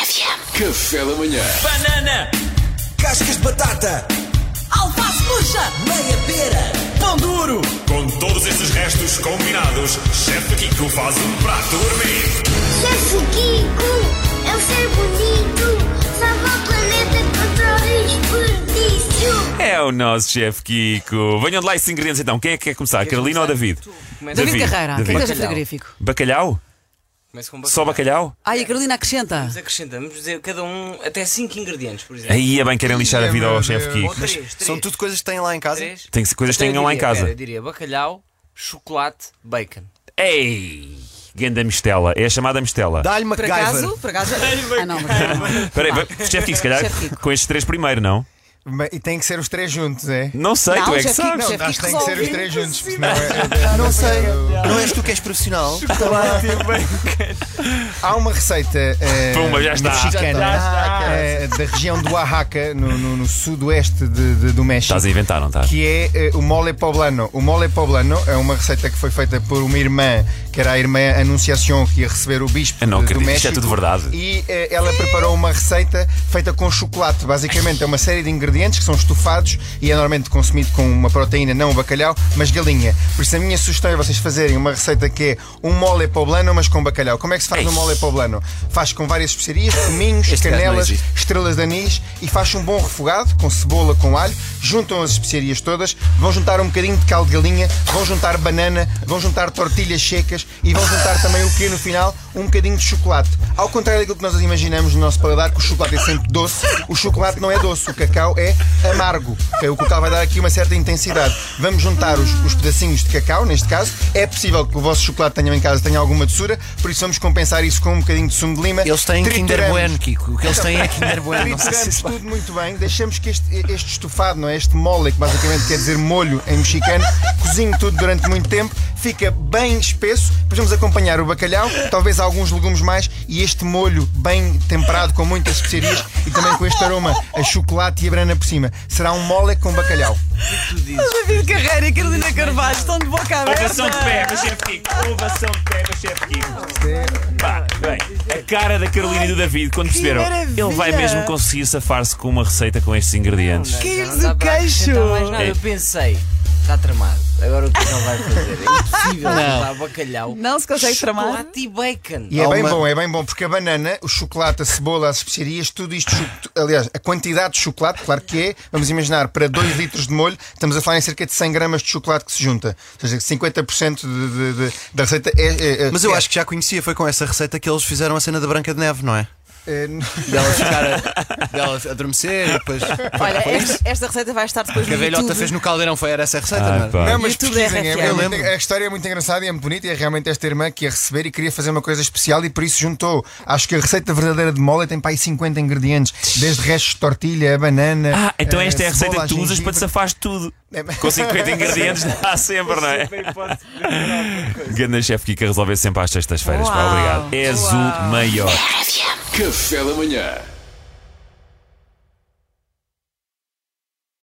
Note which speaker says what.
Speaker 1: Café da manhã.
Speaker 2: Banana,
Speaker 3: Cascas de batata,
Speaker 4: Alface murcha!
Speaker 3: meia pera,
Speaker 2: pão duro,
Speaker 5: Com todos esses restos combinados, chefe Kiko faz um prato gourmet.
Speaker 6: Chefe Kiko é um ser bonito, salva o planeta contra o desperdício.
Speaker 5: É o nosso chefe Kiko. Venham de lá esses ingredientes então. Quem é que quer começar? Carolina ou David?
Speaker 2: Começa
Speaker 5: David.
Speaker 4: David, Carreira,
Speaker 5: David.
Speaker 4: David. que é
Speaker 2: Bacalhau.
Speaker 4: frigorífico.
Speaker 5: Bacalhau?
Speaker 2: começa com
Speaker 5: Só bacalhau?
Speaker 4: Ai, a Carolina acrescenta.
Speaker 2: Mas acrescentamos eh, cada um até 5 ingredientes, por exemplo.
Speaker 5: Aí é bem querem lixar a vida ao chefe
Speaker 2: Ou
Speaker 5: Kiko.
Speaker 2: 3,
Speaker 7: São tudo coisas que têm lá em casa.
Speaker 5: Tem que ser coisas que tenham lá em casa.
Speaker 2: eu diria bacalhau, chocolate, bacon.
Speaker 5: Ei! Ganda mistela. É a chamada mistela.
Speaker 7: Dá-lhe
Speaker 4: Por
Speaker 7: MacGyver.
Speaker 4: acaso, por acaso. Ah, não, por acaso não.
Speaker 5: Espera aí, chefe Kiko, se calhar
Speaker 4: Chefe Kiko.
Speaker 5: com estes três primeiro, não?
Speaker 8: Ma- E tem que ser os três juntos, é?
Speaker 5: Não sei,
Speaker 4: Não,
Speaker 5: tu é que
Speaker 4: chefe
Speaker 5: sabes.
Speaker 4: Kiko,
Speaker 8: Não,
Speaker 4: chefe
Speaker 8: acho
Speaker 4: Kiko
Speaker 8: que tem que ser os
Speaker 4: resolve.
Speaker 8: três juntos, porque senão é-
Speaker 7: Não sei. Não és tu que és profissional.
Speaker 8: Então Há uma receita eh,
Speaker 5: Pumba, já está.
Speaker 8: mexicana
Speaker 5: Ah.
Speaker 8: eh, da região do Oaxaca, no, no- no sudoeste de- de- do México.
Speaker 5: Estás a inventar, não estás?
Speaker 8: que é eh, o mole poblano. O mole poblano é uma receita que foi feita por uma irmã, que era a irmã Anunciação, que ia receber o bispo
Speaker 5: Eu não
Speaker 8: de- do
Speaker 5: acredito,
Speaker 8: México.
Speaker 5: isto é tudo verdade.
Speaker 8: E eh, ela preparou uma receita feita com chocolate. Basicamente, é uma série de ingredientes que são estufados e é normalmente consumido com uma proteína, não o bacalhau, mas galinha. Por isso, a minha sugestão é vocês fazerem uma receita que é um mole poblano, mas com bacalhau. Como é que se faz um mole poblano? Faz com várias especiarias, cominhos,
Speaker 7: Este gajo não
Speaker 8: canelas,
Speaker 7: existe.
Speaker 8: estrelas de anis e faz um bom refogado com cebola, com alho, juntam as especiarias todas, vão juntar um bocadinho de caldo de galinha, vão juntar banana, vão juntar tortilhas secas e vão juntar também o que no final, um bocadinho de chocolate. Ao contrário daquilo que nós imaginamos no nosso paladar, que o chocolate é sempre doce, o chocolate não é doce, o cacau é amargo. É o cacau vai dar aqui uma certa intensidade. Vamos juntar os, os pedacinhos de cacau, neste caso. É possível que o vosso chocolate tenha em casa tenha alguma doçura, por isso vamos compensar isso com um bocadinho de sumo de lima.
Speaker 7: Eles têm Kinder
Speaker 8: trituramos.
Speaker 7: Bueno, Kiko. O que eles têm é Kinder Bueno. Não sei se
Speaker 8: Trituramos
Speaker 7: isso-
Speaker 8: tudo muito bem, deixamos que este, este estufado, não é? Este mole, que basicamente quer dizer molho em mexicano, cozinho tudo durante muito tempo, fica bem espesso, depois vamos acompanhar o bacalhau, talvez alguns legumes mais e este molho bem temperado com muitas especiarias e também com este aroma a chocolate e a banana por cima. Será um mole com bacalhau.
Speaker 4: David Carreira e Carolina Carvalho estão de boca
Speaker 5: Ovação de pé
Speaker 4: aberta.
Speaker 5: para chefe Kiko. Ovação de pé para chefe Kiko. Pá, bem, a cara da Carolina e do David quando perceberam.
Speaker 4: maravilha.
Speaker 5: Ele vai mesmo conseguir safar-se com uma receita com estes ingredientes.
Speaker 4: Caiu-lhes
Speaker 2: Não dá
Speaker 4: o
Speaker 2: para
Speaker 4: queixo.
Speaker 2: acrescentar mais nada.
Speaker 5: Ei.
Speaker 2: Eu pensei, está tramado. Agora o que ele vai fazer? É impossível juntar bacalhau.
Speaker 4: Não é se consegue tramar.
Speaker 2: Chocolate e bacon.
Speaker 8: E é
Speaker 7: Há
Speaker 8: bem
Speaker 7: uma-
Speaker 8: bom, é bem bom, porque a banana, o chocolate, a cebola, as especiarias, tudo isto. cho- tu- Aliás, a quantidade de chocolate, claro que é, vamos imaginar, para 2 litros de molho, estamos a falar em cerca de 100 gramas de chocolate que se junta. Ou seja, 50% de, de- de- da receita é. é- é-
Speaker 7: Mas eu
Speaker 8: é-
Speaker 7: acho que já conhecia. Foi com essa receita que eles fizeram a cena da Branca de Neve, não é?
Speaker 8: é, n-
Speaker 7: Dela ficar a, dela adormecer e depois.
Speaker 4: Olha, esta, esta receita vai estar depois
Speaker 7: Que a
Speaker 4: no
Speaker 7: velhota
Speaker 4: YouTube.
Speaker 7: fez no caldeirão foi era essa receita,
Speaker 5: Ah,
Speaker 7: não
Speaker 5: pá.
Speaker 7: é?
Speaker 8: Não, mas
Speaker 4: YouTube
Speaker 8: pesquisem, é-
Speaker 4: RFM.
Speaker 8: é
Speaker 4: Eu
Speaker 8: muito-
Speaker 7: lembro.
Speaker 8: a história é muito engraçada e é muito bonita e é realmente esta irmã que ia receber e queria fazer uma coisa especial e por isso juntou. Acho que a receita verdadeira de mole tem para aí 50 ingredientes, desde restos de tortilha, a banana. eh,
Speaker 5: Ah, então esta é a
Speaker 8: cebola,
Speaker 5: receita que tu usas
Speaker 8: gengibre.
Speaker 5: para te safares de tudo.
Speaker 8: É, mas-
Speaker 5: Com 50 ingredientes dá sempre, não é? Ganda chefe Kika resolver sempre às sextas-feiras. pá,
Speaker 4: Uau.
Speaker 5: Obrigado. És o maior.
Speaker 1: Café da manhã.